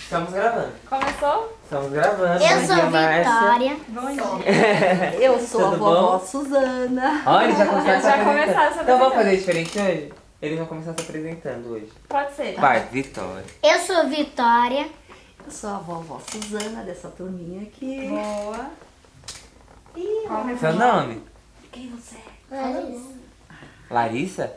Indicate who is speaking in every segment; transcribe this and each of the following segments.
Speaker 1: Estamos gravando.
Speaker 2: Começou?
Speaker 1: Estamos gravando. né,
Speaker 3: Eu
Speaker 1: Bom
Speaker 3: sou
Speaker 1: dia, Márcia.
Speaker 3: Vitória.
Speaker 2: Bom dia.
Speaker 4: Eu sou
Speaker 1: Tudo
Speaker 4: a vovó
Speaker 1: bom?
Speaker 4: Suzana.
Speaker 1: Olha, eles já começaram a se
Speaker 2: Já
Speaker 1: apresentando.
Speaker 2: começaram a se
Speaker 1: Então vamos
Speaker 2: apresentando.
Speaker 1: fazer diferente hoje? Eles vão começar se apresentando hoje.
Speaker 2: Pode ser.
Speaker 1: Vai, Vitória.
Speaker 3: Eu sou Vitória.
Speaker 4: Eu sou a vovó Suzana dessa turminha aqui.
Speaker 2: Boa.
Speaker 1: Seu nome?
Speaker 4: Quem você é?
Speaker 1: Larissa?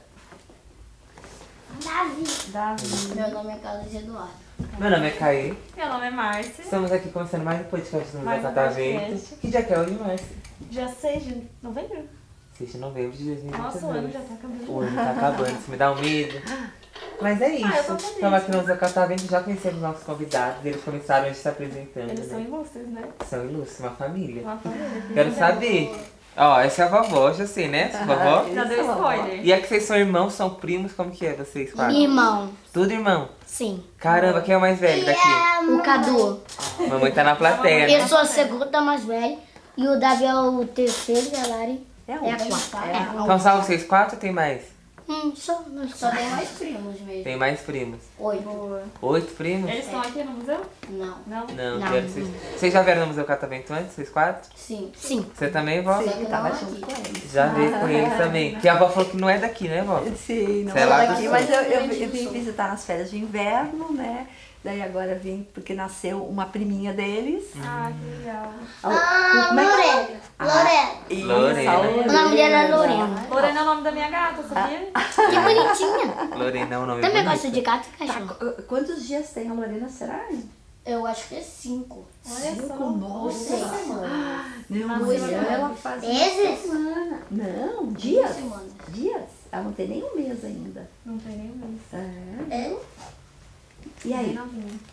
Speaker 3: Davi.
Speaker 4: Davi.
Speaker 3: Meu nome é Carlos Eduardo.
Speaker 1: Meu nome é Caí.
Speaker 2: Meu nome é Márcia.
Speaker 1: Estamos aqui começando mais um podcast do
Speaker 2: Mais um
Speaker 1: Catavento.
Speaker 2: podcast.
Speaker 1: Que dia que é hoje, Márcia?
Speaker 2: Dia 6 de novembro?
Speaker 1: 6 de novembro de 2022.
Speaker 2: Nossa, o ano já tá acabando.
Speaker 1: O ano tá acabando, isso me dá um medo. Mas é isso.
Speaker 2: Ah, eu tô feliz.
Speaker 1: Estamos aqui no Museu Catavento, já conhecemos nossos convidados. Eles começaram a se apresentando.
Speaker 2: Eles são
Speaker 1: né?
Speaker 2: ilustres, né?
Speaker 1: são ilustres, uma família.
Speaker 2: Uma família.
Speaker 1: Quero saber. Ó, essa é a vovó, já sei, né? Sua vovó.
Speaker 2: Já deu spoiler.
Speaker 1: E é que vocês são irmãos, são primos, como que é vocês quatro?
Speaker 3: Irmão.
Speaker 1: Tudo irmão.
Speaker 3: Sim.
Speaker 1: Caramba, quem é o mais velho daqui?
Speaker 3: O Cadu.
Speaker 1: Mamãe tá na plateia, né?
Speaker 3: é. Eu sou a segunda mais velha. E o Davi é o terceiro e a Lari é a quarta. É.
Speaker 1: Então só vocês quatro ou tem mais?
Speaker 3: Hum, só nós
Speaker 5: Só
Speaker 3: só.
Speaker 5: tem mais primos mesmo.
Speaker 1: Tem mais primos.
Speaker 5: Oito.
Speaker 1: Oito primos?
Speaker 2: Eles estão aqui no museu?
Speaker 5: Não.
Speaker 2: Não.
Speaker 1: Não,
Speaker 3: Não.
Speaker 1: quero vocês. Vocês já vieram no Museu Catavento antes, vocês quatro?
Speaker 5: Sim.
Speaker 3: Sim.
Speaker 1: Você também, vó?
Speaker 5: Só que
Speaker 4: Sim, tava
Speaker 5: não
Speaker 4: junto com ele.
Speaker 1: Já veio com ele também. Que a vó falou que não é daqui, né, vó?
Speaker 4: Sim, não
Speaker 1: Sei lá,
Speaker 4: é daqui,
Speaker 1: do
Speaker 4: mas
Speaker 5: sul.
Speaker 4: eu, eu, eu vim visitar nas férias de inverno, né? Daí agora vim porque nasceu uma priminha deles.
Speaker 2: Ah, que legal.
Speaker 4: Ah,
Speaker 5: é
Speaker 3: Lorena. Lorena.
Speaker 4: Isso,
Speaker 1: Lorena.
Speaker 4: a
Speaker 3: O nome dela é
Speaker 5: Ah.
Speaker 3: Lorena.
Speaker 2: Lorena é o nome da minha gata, sabia?
Speaker 3: Que bonitinha.
Speaker 1: Lorena é o nome
Speaker 3: Também
Speaker 1: bonito.
Speaker 3: gosto de gato e
Speaker 4: Tá,
Speaker 3: cachorro.
Speaker 4: qu- quantos dias tem a Lorena, será?
Speaker 5: Eu acho que é cinco.
Speaker 2: Olha só.
Speaker 4: Cinco,
Speaker 5: Ou seis
Speaker 4: nossa.
Speaker 5: semanas.
Speaker 4: Não,
Speaker 2: Duas
Speaker 4: mas ela faz uma
Speaker 3: Meses?
Speaker 4: semana. Não,
Speaker 5: Duas
Speaker 4: dias.
Speaker 5: semanas.
Speaker 4: Dias. Ela não tem nem um mês ainda.
Speaker 2: Não tem nem isso.
Speaker 4: É.
Speaker 5: Eu?
Speaker 4: E aí?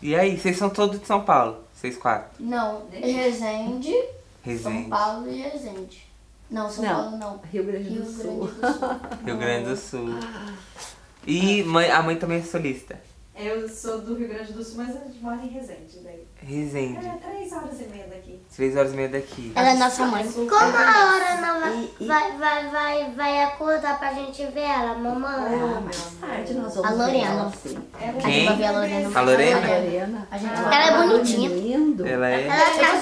Speaker 1: E aí, vocês são todos de São Paulo? Vocês quatro?
Speaker 5: Não. Resende, São
Speaker 1: Resende,
Speaker 5: Paulo e Resende. Não, São
Speaker 4: Não.
Speaker 5: Paulo não.
Speaker 4: Rio Grande
Speaker 5: Rio
Speaker 4: do
Speaker 5: Grande
Speaker 4: Sul.
Speaker 5: do Sul.
Speaker 1: Rio Grande do Sul. E mãe, a mãe também é solista.
Speaker 6: Eu sou do Rio Grande do Sul, mas a gente mora em Resende. Daí.
Speaker 1: Resende,
Speaker 6: É, três horas e meia daqui.
Speaker 1: três horas e meia daqui.
Speaker 3: Ela é nossa mãe.
Speaker 5: Sul.
Speaker 3: a hora não vai, vai, vai, vai acordar pra gente ver ela, mamãe?
Speaker 4: Ah, mais tarde nós vamos
Speaker 3: A Lorena.
Speaker 4: ver ela, sim.
Speaker 1: é
Speaker 3: A gente vai ver a Lorena.
Speaker 1: A Lorena?
Speaker 4: Lorena.
Speaker 5: A gente vai.
Speaker 3: Ela é bonitinha.
Speaker 4: Lindo.
Speaker 1: Ela é.
Speaker 3: Ela tá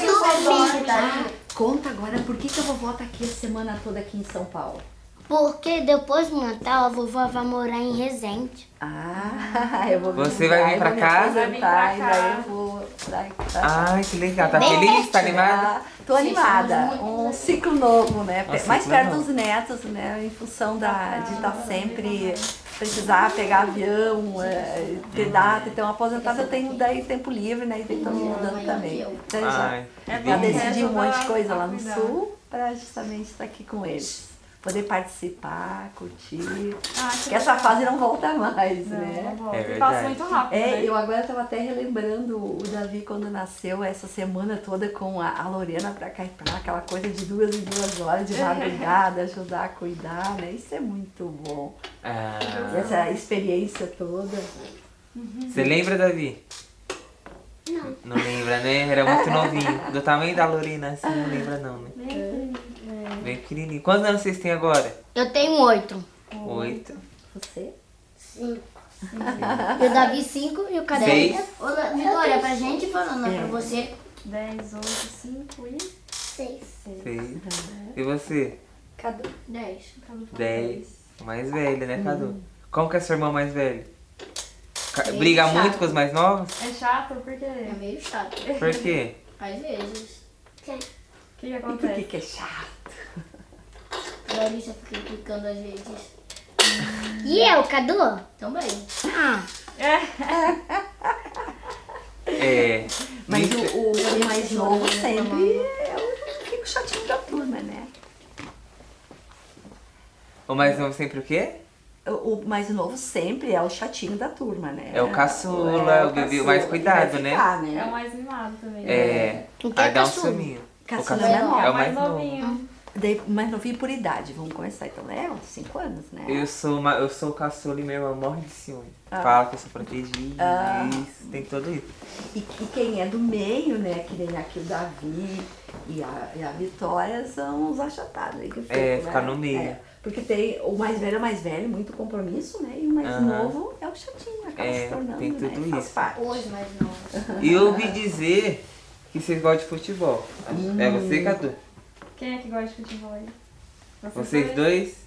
Speaker 3: super tá?
Speaker 4: Conta agora por que, que a vovó tá aqui a semana toda aqui em São Paulo.
Speaker 3: Porque depois do Natal a vovó vai morar em Resende.
Speaker 4: Ah, eu vou
Speaker 1: Você vai vir pra
Speaker 4: vou me
Speaker 1: cá?
Speaker 4: apresentar
Speaker 2: Vai vir pra
Speaker 4: e
Speaker 2: cá.
Speaker 4: daí eu vou pra, pra
Speaker 1: Ai, que legal. Tá feliz? Tá animada?
Speaker 4: Ah, Tô animada. Um ciclo novo, né?
Speaker 1: Um ciclo
Speaker 4: Mais perto
Speaker 1: novo.
Speaker 4: dos netos, né? Em função da, de estar sempre precisar pegar avião, é,
Speaker 1: Uhum.
Speaker 4: ter data. Então, aposentada eu tenho daí tempo livre, né? E então me mudando também. Então, já,
Speaker 1: Ai, que
Speaker 4: já
Speaker 2: bom.
Speaker 1: delícia.
Speaker 4: decidi um monte de coisa lá no
Speaker 2: Cuidar.
Speaker 4: sul pra justamente estar aqui com eles. Poder participar, curtir.
Speaker 2: Ah, que
Speaker 4: Porque essa
Speaker 2: legal.
Speaker 4: fase não volta mais, né?
Speaker 2: Não, não
Speaker 1: É
Speaker 2: volta.
Speaker 1: verdade.
Speaker 2: Passa muito rápido,
Speaker 4: É,
Speaker 2: né?
Speaker 4: eu agora tava até relembrando o Davi quando nasceu, essa semana toda com a, a Lorena pra cá e pra lá, aquela coisa de duas em duas horas
Speaker 1: É.
Speaker 4: de madrugada, ajudar a cuidar, né? Isso é muito bom. E
Speaker 1: Ah,
Speaker 4: essa experiência toda.
Speaker 1: Você lembra, Davi? Não. Não lembra, né? Era muito novinho. Do tamanho da Lorena, assim, não lembra não, né? Bem pequenininho. Quantos anos vocês têm agora?
Speaker 3: Eu tenho oito.
Speaker 1: Oito.
Speaker 4: Você?
Speaker 3: E o Davi cinco e o Cadê?
Speaker 1: Seis.
Speaker 5: Ô, La- Vitória, pra gente falando, pra você.
Speaker 2: 10, 8, 5 e...
Speaker 1: Seis. E você? um
Speaker 4: Cadu.
Speaker 5: Dez.
Speaker 1: Dez. O mais velho, né, Cadu? Como que é seu irmão mais velho? Ca- Briga muito com os mais novos?
Speaker 2: É chato porque...
Speaker 5: É
Speaker 2: O
Speaker 5: meio chato.
Speaker 1: Por quê?
Speaker 5: Às vezes.
Speaker 2: que, que
Speaker 4: E por que,
Speaker 2: acontece?
Speaker 4: que é chato?
Speaker 5: Larissa fica implicando às vezes.
Speaker 3: E eu, Cadu?
Speaker 5: Também.
Speaker 3: Ah,
Speaker 1: É.
Speaker 4: Mas
Speaker 1: Muito-
Speaker 4: o, o mais
Speaker 1: é
Speaker 4: novo sempre é eu fico chatinho da turma, né?
Speaker 1: O mais novo sempre o quê?
Speaker 4: O o mais novo sempre é o chatinho da turma, né?
Speaker 1: É o caçula, o bebê, o mais
Speaker 4: caçula,
Speaker 1: cuidado,
Speaker 4: vai
Speaker 1: né?
Speaker 4: ficar,
Speaker 2: É o mais mimado também. né?
Speaker 1: É.
Speaker 3: Não tem
Speaker 1: Aí dá um
Speaker 3: caçula.
Speaker 1: suminho. O
Speaker 4: Caçula
Speaker 1: caçula
Speaker 4: é menor.
Speaker 1: é o mais novo.
Speaker 2: novinho.
Speaker 4: Daí, mas não vi por idade, vamos começar então, né? Uns Cinco anos, né?
Speaker 1: Eu sou, uma, eu sou caçula e minha irmã morre de ciúme.
Speaker 4: Ah.
Speaker 1: Fala que eu sou protegida,
Speaker 4: Ah.
Speaker 1: isso, tem tudo isso.
Speaker 4: E, e quem é do meio, né? Que nem aqui o Davi e a, e a Vitória são os achatados. Aí, que ficam,
Speaker 1: É,
Speaker 4: né?
Speaker 1: ficar no meio.
Speaker 4: É, porque tem o mais velho é o mais velho, muito compromisso, né? E o mais
Speaker 1: Aham.
Speaker 4: novo é o chatinho, acaba
Speaker 1: É,
Speaker 4: se tornando,
Speaker 1: tem
Speaker 4: né?
Speaker 1: tudo
Speaker 4: Faz
Speaker 1: isso.
Speaker 4: parte.
Speaker 5: Hoje mais não.
Speaker 1: E eu ouvi dizer que vocês gostam de futebol. É você, Cadu?
Speaker 2: Quem é que gosta de futebol aí?
Speaker 1: Vocês
Speaker 2: dois?
Speaker 1: dois?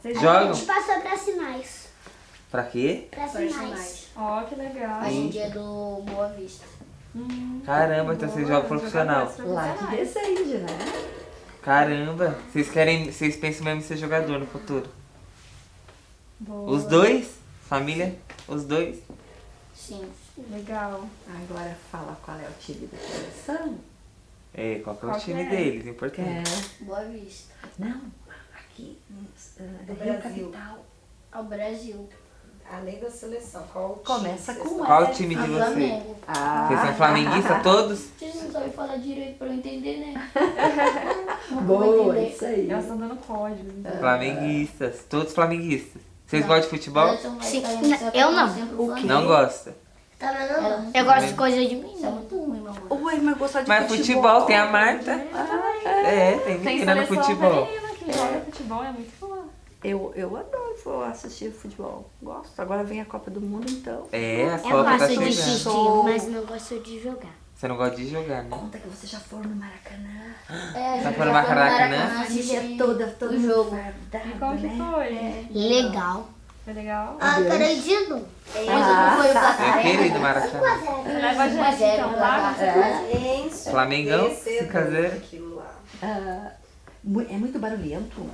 Speaker 2: Vocês
Speaker 1: Jogam?
Speaker 3: A gente passou pra sinais.
Speaker 1: Pra quê?
Speaker 3: Pra
Speaker 5: Pra
Speaker 3: sinais.
Speaker 5: sinais.
Speaker 2: Ó, que legal.
Speaker 5: A gente é do Boa Vista.
Speaker 2: Hum,
Speaker 1: Caramba, então vocês
Speaker 2: boa,
Speaker 1: jogam profissional.
Speaker 2: jogadores
Speaker 4: Lá de
Speaker 2: profissionais.
Speaker 4: Desende, né?
Speaker 1: Caramba, vocês querem. Vocês pensam mesmo em ser jogador no futuro?
Speaker 2: Boa.
Speaker 1: Os dois? Família? Os dois?
Speaker 5: Sim.
Speaker 2: Legal.
Speaker 4: Agora fala qual é o time da seleção.
Speaker 1: É, qual que é o
Speaker 2: Qual que
Speaker 1: time
Speaker 2: é?
Speaker 1: deles? Importante.
Speaker 4: É.
Speaker 5: Boa Vista.
Speaker 4: Não, aqui. ah, Rio
Speaker 6: Brasil.
Speaker 4: Capital.
Speaker 5: Ao Brasil.
Speaker 6: Além da seleção, qual o time
Speaker 4: Começa
Speaker 6: que
Speaker 4: com
Speaker 6: vocês-
Speaker 1: Qual o time
Speaker 5: Ao
Speaker 1: de vocês?
Speaker 5: Flamengo.
Speaker 4: Ah,
Speaker 1: Vocês são flamenguistas todos?
Speaker 5: Vocês não sabem falar direito pra eu entender, né? Não vou
Speaker 4: boa,
Speaker 5: entender.
Speaker 4: isso aí.
Speaker 2: Elas estão dando códigos. então.
Speaker 1: Flamenguistas, todos flamenguistas. Vocês gostam de futebol?
Speaker 5: Elas são mais
Speaker 3: Sim.
Speaker 5: carentes, só que
Speaker 3: Eu não.
Speaker 5: estão sempre falando.
Speaker 1: Não gosta.
Speaker 5: Tá vendo?
Speaker 3: Eu gosto de coisa de
Speaker 5: Isso é
Speaker 3: menino.
Speaker 5: muito ruim, meu amor.
Speaker 4: Ué, mas eu gostava de
Speaker 1: Mas
Speaker 4: futebol.
Speaker 1: futebol tem a Marta. É, tem
Speaker 2: Tem
Speaker 1: menina no
Speaker 2: seleção
Speaker 1: futebol.
Speaker 2: feminina que joga futebol, é muito boa.
Speaker 4: Eu, eu adoro fu- assistir futebol. Gosto. Agora vem a Copa do Mundo, então.
Speaker 1: É, a
Speaker 3: Eu
Speaker 1: Copa tá
Speaker 3: gosto de
Speaker 1: chegando.
Speaker 3: assistir, mas não gosto de jogar.
Speaker 1: Você não gosta de jogar, né?
Speaker 4: Conta que você já foi no Maracanã.
Speaker 5: É,
Speaker 1: Tá
Speaker 5: já
Speaker 1: fora
Speaker 5: foi
Speaker 1: Maracanã?
Speaker 5: Maracanã
Speaker 4: Assistia
Speaker 5: assistir
Speaker 4: toda, todo
Speaker 5: o
Speaker 4: mundo
Speaker 5: jogo.
Speaker 4: fardado,
Speaker 2: E como que
Speaker 4: né?
Speaker 2: foi?
Speaker 3: Legal.
Speaker 2: Foi legal?
Speaker 3: Ah,
Speaker 5: tá, né,
Speaker 3: acredito.
Speaker 5: Hoje não foi o
Speaker 1: É
Speaker 3: tá.
Speaker 5: Cataré.
Speaker 1: aquele do Maracanã.
Speaker 2: Leva a gente
Speaker 5: é,
Speaker 2: então lá.
Speaker 6: Gente,
Speaker 1: Flamengão,
Speaker 6: descedor
Speaker 1: se caseiro.
Speaker 6: aquilo lá.
Speaker 4: Ah, mu- é muito barulhento.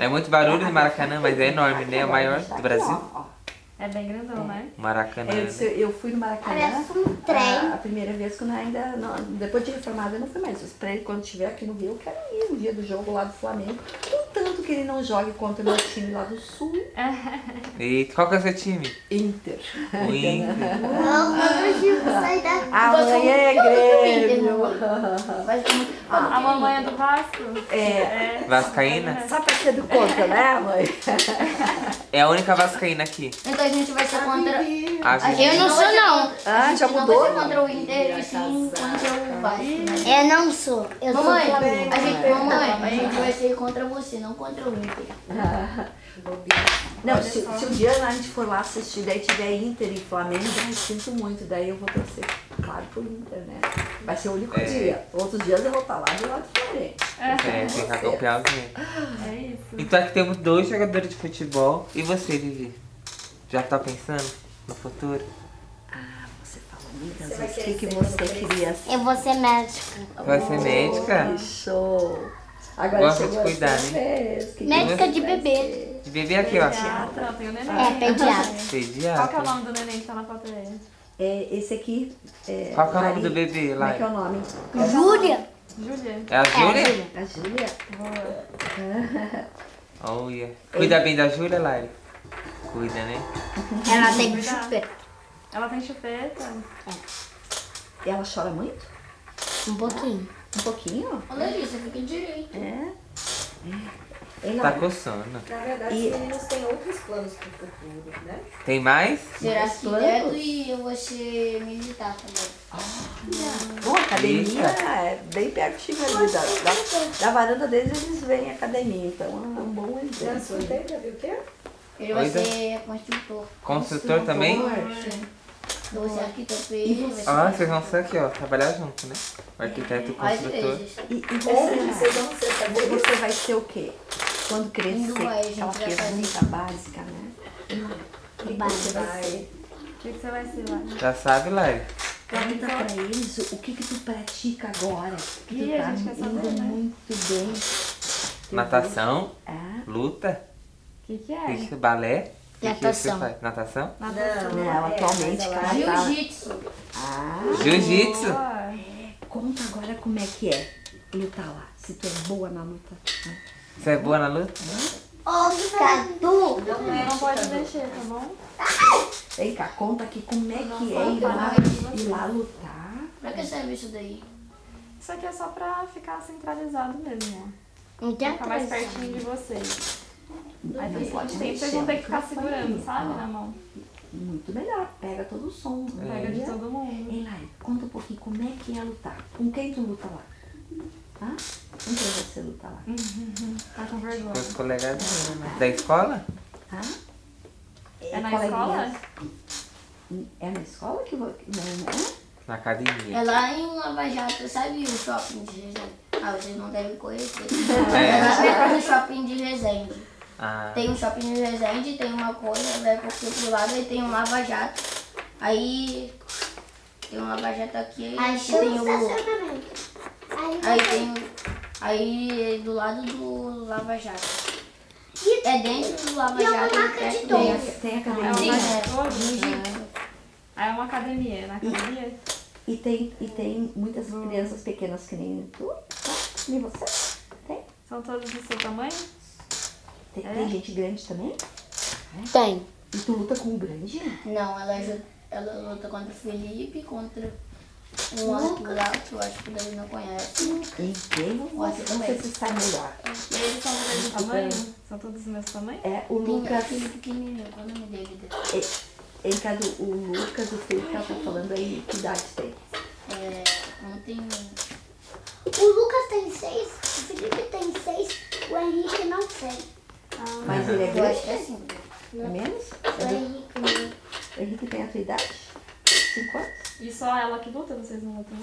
Speaker 1: É muito barulho no Maracanã, mas é enorme, né? É o maior do Brasil.
Speaker 4: Ó, ó.
Speaker 2: É bem grandão, né?
Speaker 1: Maracanã.
Speaker 4: Eu, disse,
Speaker 1: né?
Speaker 4: eu fui no Maracanã.
Speaker 3: Parece um trem.
Speaker 4: É, A, a primeira vez quando eu ainda. não- depois de reformada eu não fui mais. Os prédios, quando estiver aqui no Rio, eu quero ir um dia do jogo lá do Flamengo. Contanto que ele não jogue contra o meu time lá do Sul.
Speaker 1: E qual que é o seu time?
Speaker 4: Inter.
Speaker 1: O
Speaker 3: um
Speaker 5: é
Speaker 1: Inter.
Speaker 3: Não, não digo, sai daqui.
Speaker 4: A
Speaker 5: Gosto
Speaker 4: mãe é
Speaker 5: muito do
Speaker 4: Grêmio.
Speaker 5: Inter, meu amor. Mas muito-
Speaker 2: A mamãe é do Vasco?
Speaker 4: É.
Speaker 1: Vascaína?
Speaker 4: Só pra ser do contra, né, mãe?
Speaker 1: É a única Vascaína aqui.
Speaker 5: Então a gente vai ser contra.
Speaker 1: A
Speaker 5: a
Speaker 1: gente-
Speaker 5: gente
Speaker 3: Eu não sou,
Speaker 5: vai ser
Speaker 3: não.
Speaker 5: contra-
Speaker 4: Ah,
Speaker 5: a gente
Speaker 4: já
Speaker 5: Não
Speaker 4: mudou?
Speaker 5: vai ser contra o Inter e sim contra o Vasco. né?
Speaker 3: Eu não sou. Eu sou
Speaker 5: Mamãe, a
Speaker 3: Flamengo.
Speaker 5: gente, mamãe, a gente vai ser contra você, não contra o Inter.
Speaker 4: Não, se, se um dia a gente for lá assistir, daí tiver Inter e Flamengo, eu sinto muito, daí eu vou torcer, claro, pro Inter, né? Vai ser o único
Speaker 1: É.
Speaker 4: dia. Outros dias eu vou estar lá do lado diferente.
Speaker 1: É, tem que acompanhar alguém.
Speaker 2: É isso.
Speaker 1: Então aqui temos dois jogadores de futebol. E você, Vivi? Já tá pensando no futuro?
Speaker 4: Ah, você falou muitas vezes o que, que você queria ser.
Speaker 3: Eu vou ser médica.
Speaker 1: Vai ser médica?
Speaker 4: Que show! Agora
Speaker 1: Gosta
Speaker 4: chegou
Speaker 1: de
Speaker 4: a sua
Speaker 1: cuidar, né?
Speaker 4: vez, que
Speaker 3: Médica
Speaker 4: que
Speaker 3: de
Speaker 4: você vai
Speaker 3: bebê.
Speaker 4: ser?
Speaker 1: De bebê aqui, ó.
Speaker 2: É Pediatra, tem o neném.
Speaker 3: É, pediatra.
Speaker 2: Qual que é o
Speaker 1: Pediatra.
Speaker 2: nome do neném que tá na foto aí?
Speaker 4: É, esse aqui. É,
Speaker 1: Qual que é o nome
Speaker 4: Mari-
Speaker 1: do bebê
Speaker 4: Como
Speaker 1: lá?
Speaker 4: é que é o nome?
Speaker 3: Júlia?
Speaker 2: Júlia.
Speaker 1: É a
Speaker 3: É,
Speaker 1: Júlia?
Speaker 3: Júlia.
Speaker 4: A Júlia?
Speaker 2: Boa.
Speaker 1: Olha. Cuida bem da Júlia, Lari? Cuida, né?
Speaker 3: Ela tem chupeta.
Speaker 2: Ela tem chupeta.
Speaker 4: Ela chora muito?
Speaker 3: Um pouquinho.
Speaker 4: Um pouquinho?
Speaker 5: Olha isso, fica direito.
Speaker 4: É. Ela,
Speaker 1: Tá coçando.
Speaker 6: Na verdade,
Speaker 4: E-
Speaker 6: os meninos têm outros planos pro futuro, né?
Speaker 1: Tem mais?
Speaker 5: Será
Speaker 4: Mas
Speaker 5: que
Speaker 4: planos?
Speaker 5: dedo e eu vou ser militar também.
Speaker 4: Bom, a academia é bem pertinho ali da, da, da varanda deles, eles veem a academia, então é um bom
Speaker 6: Já
Speaker 4: exemplo. né?
Speaker 6: escutei, já viu o quê?
Speaker 5: Ele vai
Speaker 1: Olha.
Speaker 5: ser construtor.
Speaker 1: Construtor também?
Speaker 5: Eu vou ser arquiteto e ele vai ser.
Speaker 1: Ah, vocês vão ser aqui, ó, trabalhar junto, né? O arquiteto e o
Speaker 5: Às
Speaker 1: construtor.
Speaker 5: vezes.
Speaker 4: E, e
Speaker 6: Onde
Speaker 4: você,
Speaker 6: vocês vão ser, tá bom?
Speaker 4: você vai ser o quê? Quando crescer,
Speaker 5: Indo aí, a gente
Speaker 4: aquela
Speaker 5: vai fazer.
Speaker 4: pergunta básica, né?
Speaker 6: Vai.
Speaker 2: O que, que você vai ser lá?
Speaker 1: Já sabe, Lari?
Speaker 4: Pergunta pra eles o que que tu pratica agora, que tu
Speaker 2: Ih, a
Speaker 4: tá
Speaker 2: gente quer saber,
Speaker 4: indo
Speaker 2: né?
Speaker 4: muito bem.
Speaker 1: Natação,
Speaker 4: Ah,
Speaker 1: luta,
Speaker 2: O que, que é?
Speaker 1: isso, balé. O que que você
Speaker 3: Natação.
Speaker 1: faz? Natação?
Speaker 2: Natação.
Speaker 4: não, atualmente que ela
Speaker 2: é
Speaker 4: tá...
Speaker 5: Jiu-jitsu.
Speaker 4: Ah,
Speaker 1: Jiu-jitsu.
Speaker 2: Boa.
Speaker 4: conta agora como é que é lutar lá, se tu é boa na luta. né?
Speaker 1: Você é boa na luta?
Speaker 3: Ô, Cadu.
Speaker 2: Não pode mexer, tá bom?
Speaker 4: Vem cá, conta aqui como é que é ir lá, ir lá lutar.
Speaker 5: Pra que serve isso daí?
Speaker 2: Isso aqui é só pra ficar centralizado mesmo, ó.
Speaker 3: Não tem
Speaker 2: Fica mais
Speaker 3: atração.
Speaker 2: pertinho de vocês. Aí
Speaker 4: Mas
Speaker 2: depois de
Speaker 4: pode
Speaker 2: tempo vocês
Speaker 4: mexer
Speaker 2: vão ter que
Speaker 4: no
Speaker 2: ficar
Speaker 4: microfone,
Speaker 2: segurando, sabe?
Speaker 4: ó.
Speaker 2: Na mão.
Speaker 4: Muito melhor, pega todo o som. né?
Speaker 2: Pega de todo mundo.
Speaker 4: Elai, conta um pouquinho como é que é lutar. Com quem tu luta lá? Tá? Com quem você luta lá?
Speaker 2: Tá com vergonha.
Speaker 1: Com os colegas dele, né? da escola?
Speaker 4: Tá?
Speaker 2: É na
Speaker 4: coleguinha.
Speaker 2: escola?
Speaker 4: É na escola que né? vou. Não,
Speaker 1: Na academia.
Speaker 3: É lá em Lava Jato, sabe o shopping de Resende? Ah, vocês não devem conhecer.
Speaker 1: É.
Speaker 3: É lá perto do shopping de Resende.
Speaker 1: Ah,
Speaker 3: Tem um shopping de Resende, tem uma coisa, vai pro outro lado, aí tem um Lava Jato. Aí tem um Lava Jato aqui, aí tem o... Aí tem o- Aí é do lado do Lava Jato. É dentro do Lava Jato. é perto do-
Speaker 4: é? Tem, tem
Speaker 2: É
Speaker 4: academia.
Speaker 2: uma Aí é uma academia. é Na academia?
Speaker 4: E tem, e tem muitas crianças pequenas que nem tu, tá? nem você. Tem?
Speaker 2: São todos do seu tamanho?
Speaker 4: Tem, tem gente grande também?
Speaker 3: Tem.
Speaker 4: E tu luta com o grande?
Speaker 3: Não, ela, ju- ela luta contra o Felipe, contra um outro lá que eu acho que ele não conhece.
Speaker 4: Ninguém não
Speaker 3: Nossa,
Speaker 4: gosta. Não
Speaker 3: também.
Speaker 4: sei se sai melhor.
Speaker 2: E eles são do mesmo tamanho? São todos do mesmo tamanho?
Speaker 4: É, o
Speaker 3: Tem
Speaker 4: Lucas. é,
Speaker 3: aquele pequenininho, qual o nome dele?
Speaker 4: Ei, Cadu, o Lucas, o filho que ela tá falando aí, que idade tem?
Speaker 3: É, ontem
Speaker 7: O Lucas tem seis, o Felipe tem seis, o Henrique não tem.
Speaker 4: Mas ele é
Speaker 3: eu acho
Speaker 4: grande?
Speaker 3: que é assim.
Speaker 4: É menos?
Speaker 7: O Henrique não.
Speaker 4: O Henrique tem a tua idade? Cinco anos?
Speaker 2: E só ela que luta? Vocês não lutam,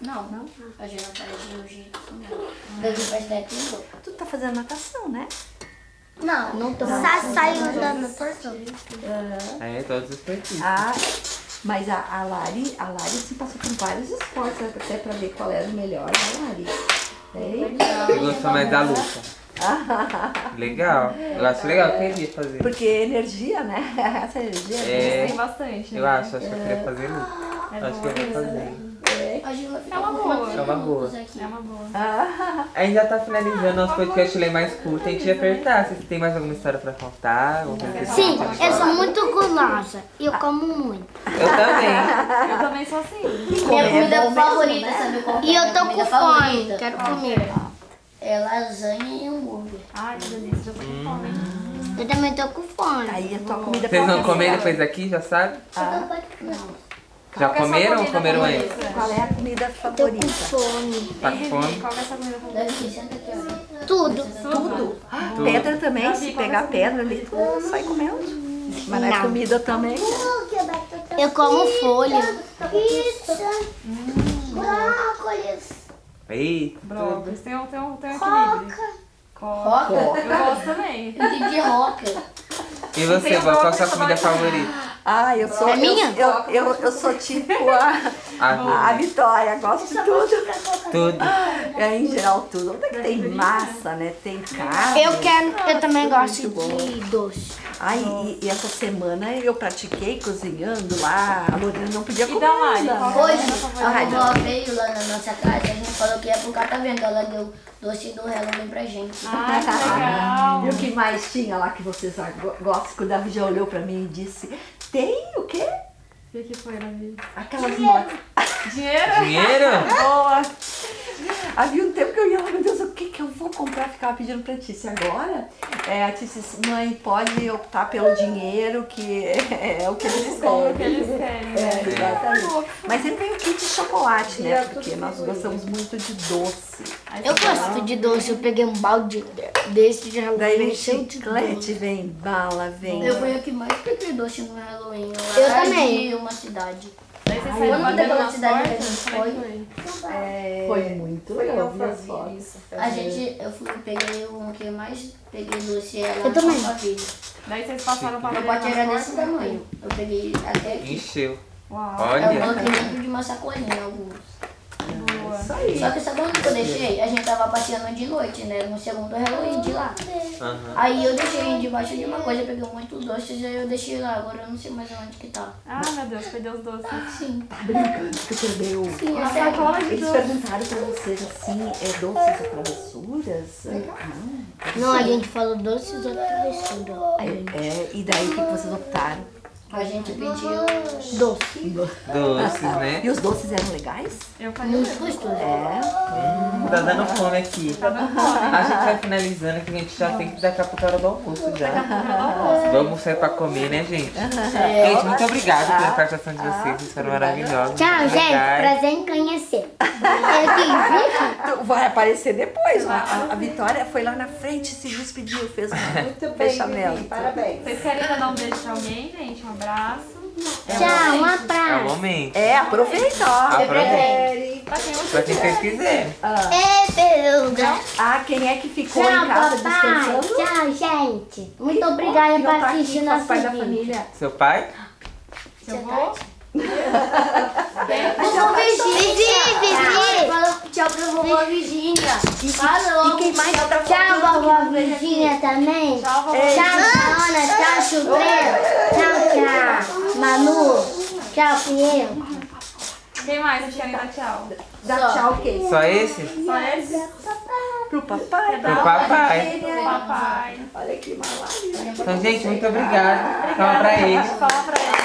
Speaker 2: não?
Speaker 3: Não, não. A gente não faz de hoje. Daqui faz daqui
Speaker 4: Tu tá fazendo natação, né?
Speaker 7: Não,
Speaker 3: Não tô
Speaker 7: Sá saiu da natação.
Speaker 1: é todos os partidos.
Speaker 4: Ah, mas a, a Lari, a Lari assim, passou por vários esportes, né, até pra ver qual era o melhor, né, Lari? Né?
Speaker 1: Você gostou mais da luta. Legal. Eu acho legal, eu queria fazer.
Speaker 4: Porque energia, né? Essa energia
Speaker 1: É.
Speaker 2: Tem bastante, né?
Speaker 1: Eu acho, acho que eu queria fazer luta.
Speaker 2: É
Speaker 1: Acho que eu vou
Speaker 2: bom.
Speaker 1: fazer.
Speaker 3: A gente vai ficar
Speaker 2: uma
Speaker 3: com
Speaker 2: boa.
Speaker 3: quantos
Speaker 1: É uma boa.
Speaker 3: minutos aqui?
Speaker 2: É uma boa.
Speaker 4: Ah,
Speaker 1: Ainda tá finalizando nosso podcast lei mais curto. A gente ia perguntar se tem mais alguma história pra contar. alguma coisa que você
Speaker 7: Sim,
Speaker 1: pode
Speaker 7: eu
Speaker 1: falar.
Speaker 7: sou muito gulosa. Eu como muito.
Speaker 1: Eu também.
Speaker 2: Eu também sou assim.
Speaker 3: Minha
Speaker 4: É
Speaker 3: comida
Speaker 4: bom mesmo,
Speaker 3: favorita, sabe qual que é
Speaker 7: né? E
Speaker 3: a
Speaker 7: eu
Speaker 3: minha
Speaker 7: tô
Speaker 3: comida
Speaker 7: com fome,
Speaker 3: favorita?
Speaker 7: quero comer.
Speaker 3: É lasanha e hambúrguer.
Speaker 2: Ai, que delícia. Já tô com fome. hein?
Speaker 7: Eu também tô com fome.
Speaker 4: Aí a tua comida
Speaker 1: Vocês vão
Speaker 4: favorita.
Speaker 1: comer depois daqui, já sabe?
Speaker 7: Ah.
Speaker 1: Já
Speaker 2: Qual que é a sua
Speaker 1: comeram ou
Speaker 2: comida
Speaker 1: comeram antes?
Speaker 2: favorita?
Speaker 4: Qual é a comida favorita?
Speaker 7: Fome.
Speaker 1: Tá com fome?
Speaker 2: Qual que é a sua comida favorita?
Speaker 3: Daqui, senta aqui, ó.
Speaker 7: Tudo.
Speaker 4: Tudo. Pedra também, se pegar pedra ali, tu sai comendo. Mas na
Speaker 3: Não.
Speaker 4: comida também.
Speaker 7: Eu como folha.
Speaker 3: Hum.
Speaker 1: Ei,
Speaker 2: Brócolis. Tem um, tem um, tem um equilíbrio. Coca.
Speaker 3: Roca?
Speaker 2: Eu gosto também.
Speaker 3: Eu entendi de roca.
Speaker 1: e você,
Speaker 2: Tem
Speaker 1: Vó, qual a sua
Speaker 2: uma
Speaker 1: comida
Speaker 2: outra
Speaker 1: favorita?
Speaker 4: Ah, eu sou.
Speaker 3: É minha?
Speaker 4: Eu, eu, eu, eu sou tipo a, a
Speaker 1: Ah,
Speaker 4: Vitória, gosto de tudo.
Speaker 1: tudo.
Speaker 4: É, em geral, tudo. Onde é que tem massa, né? Tem carne.
Speaker 7: Eu quero, eu também gosto
Speaker 4: bom.
Speaker 7: de doce.
Speaker 4: Ai, e, e essa semana eu pratiquei cozinhando lá. A Lorena não podia
Speaker 2: E
Speaker 4: comer.
Speaker 2: da Mari?
Speaker 4: ainda.
Speaker 2: Qual que é a comida
Speaker 3: Hoje, a
Speaker 2: favorita?
Speaker 3: vovó veio lá na nossa casa, a gente falou que ia pro catavento. Ela deu doce do Halloween pra gente.
Speaker 2: Ai, que
Speaker 4: E
Speaker 2: legal.
Speaker 4: o que mais tinha lá que vocês a- go- gostam? Que o Davi já olhou pra mim e disse: Tem o quê?
Speaker 2: E o que foi, Davi?
Speaker 4: Aquelas motos.
Speaker 2: Dinheiro?
Speaker 1: Dinheiro?
Speaker 2: Boa.
Speaker 4: Havia um tempo que eu ia lá, meu Deus, o que que eu vou comprar? Ficava pedindo pra Tícia agora. É, a Tícia disse, mãe, pode optar pelo dinheiro, que é, o que eles
Speaker 2: Como que
Speaker 4: querem.
Speaker 2: eles querem,
Speaker 4: É,
Speaker 2: né?
Speaker 4: exatamente. Mas sempre vem o kit de chocolate, né? Porque nós gostamos muito de doce.
Speaker 2: Aí
Speaker 7: Eu
Speaker 2: você
Speaker 7: gosto de doce, eu peguei um balde desse de
Speaker 4: Daí vem
Speaker 7: Halloween cheio de doce.
Speaker 4: chiclete, vem bala, vem...
Speaker 3: Eu fui o que mais peguei doce no Halloween. Lá
Speaker 7: Eu também.
Speaker 3: De uma cidade.
Speaker 2: Daí vocês saíram
Speaker 3: eu não
Speaker 2: batendo
Speaker 3: lembro
Speaker 2: nas
Speaker 3: da cidade que a
Speaker 2: portas?
Speaker 3: gente
Speaker 2: Como é que foi?
Speaker 6: Então tá. É,
Speaker 4: Foi muito legal, eu vi as fotos.
Speaker 3: A gente, eu fui, peguei o que eu mais peguei doce era
Speaker 7: Eu também.
Speaker 3: Alphaville.
Speaker 2: Daí vocês passaram pra
Speaker 3: Meu
Speaker 2: batendo
Speaker 3: pote era
Speaker 2: nas
Speaker 3: desse
Speaker 2: portas?
Speaker 3: tamanho. Eu peguei até aqui.
Speaker 1: Encheu.
Speaker 2: Uau,
Speaker 3: Eu
Speaker 1: Olha.
Speaker 3: coloquei dentro de uma sacolinha alguns.
Speaker 2: boa.
Speaker 4: Isso aí.
Speaker 3: Só que sabe onde que eu deixei? A gente tava passeando de noite, né? No segundo Halloween de lá.
Speaker 1: Aham.
Speaker 3: Aí eu deixei debaixo de uma coisa, peguei um muitos doces, aí eu deixei lá. Agora eu não sei mais onde que tá.
Speaker 2: Ah, meu Deus, perdeu os doces.
Speaker 3: Sim.
Speaker 4: Tu perdeu.
Speaker 3: Sim, é
Speaker 2: Uma
Speaker 3: até agora.
Speaker 2: sacola de
Speaker 4: Eles
Speaker 2: doces.
Speaker 4: perguntaram pra vocês assim, é doces ou travessuras? Ah.
Speaker 7: Não, a gente falou doces ou travessura.
Speaker 4: É, e daí o que que vocês optaram?
Speaker 3: A gente pediu.
Speaker 7: Mamãe.
Speaker 4: Doce.
Speaker 1: Doces, né?
Speaker 4: E os doces eram legais?
Speaker 2: Eu falei, mesmo.
Speaker 4: É.
Speaker 1: Hum, tá dando fome aqui.
Speaker 2: tá dando fome.
Speaker 1: A gente vai finalizando que a gente já tem que daqui a pouco é hora do almoço já.
Speaker 2: tá
Speaker 1: Vamos sair pra comer, né, gente? Gente, muito obrigada pela participação de vocês. Vocês foram maravilhosos.
Speaker 7: Tchau,
Speaker 1: Muito
Speaker 7: gente.
Speaker 1: legais.
Speaker 7: Prazer em conhecer. Eu te vi.
Speaker 4: Tu Vai aparecer depois. A, a- a Vitória foi lá na frente, se despediu, fez um
Speaker 6: Muito bem,
Speaker 4: fechamento.
Speaker 6: Vivi, parabéns.
Speaker 2: Vocês querem ainda dar um beijo pra alguém, gente? Um abraço.
Speaker 7: Tchau, um
Speaker 1: É o
Speaker 7: abraço.
Speaker 1: momento.
Speaker 4: É, aproveita, ó.
Speaker 1: Aproveita
Speaker 2: Pra quem você
Speaker 1: pra quem vocês quiserem.
Speaker 7: Ei, peruga.
Speaker 4: Ah, quem é que ficou
Speaker 7: Tchau,
Speaker 4: em casa
Speaker 7: papai.
Speaker 4: descansando?
Speaker 7: Tchau, gente. Muito obrigada
Speaker 4: Que
Speaker 7: por
Speaker 4: não tá aqui
Speaker 7: assistir
Speaker 4: com os
Speaker 7: nosso
Speaker 4: pais da
Speaker 7: vídeo.
Speaker 4: família.
Speaker 1: Seu pai?
Speaker 2: Eu vou.
Speaker 5: Vovó
Speaker 7: Vivi, Vivi.
Speaker 5: Falou tchau pra vovó Virgínia. Falou.
Speaker 4: E quem mais tá faltando
Speaker 7: Tchau,
Speaker 4: que
Speaker 7: vovó
Speaker 4: não veio aqui?
Speaker 7: Virgínia também.
Speaker 2: Tchau, vovó.
Speaker 7: Tchau, Ana. Tchau, Chuveiro. Tchau, tchau. Manu. Tchau, Pinheiro.
Speaker 2: Quem mais vocês querem dar tchau?
Speaker 4: Dá tchau quem?
Speaker 1: Só esse?
Speaker 2: Só esse? um?
Speaker 4: Pro papai.
Speaker 1: Pro papai.
Speaker 2: Papai.
Speaker 4: Olha que maluco.
Speaker 1: Então, gente, muito obrigada. Fala pra eles.
Speaker 2: Fala pra ele.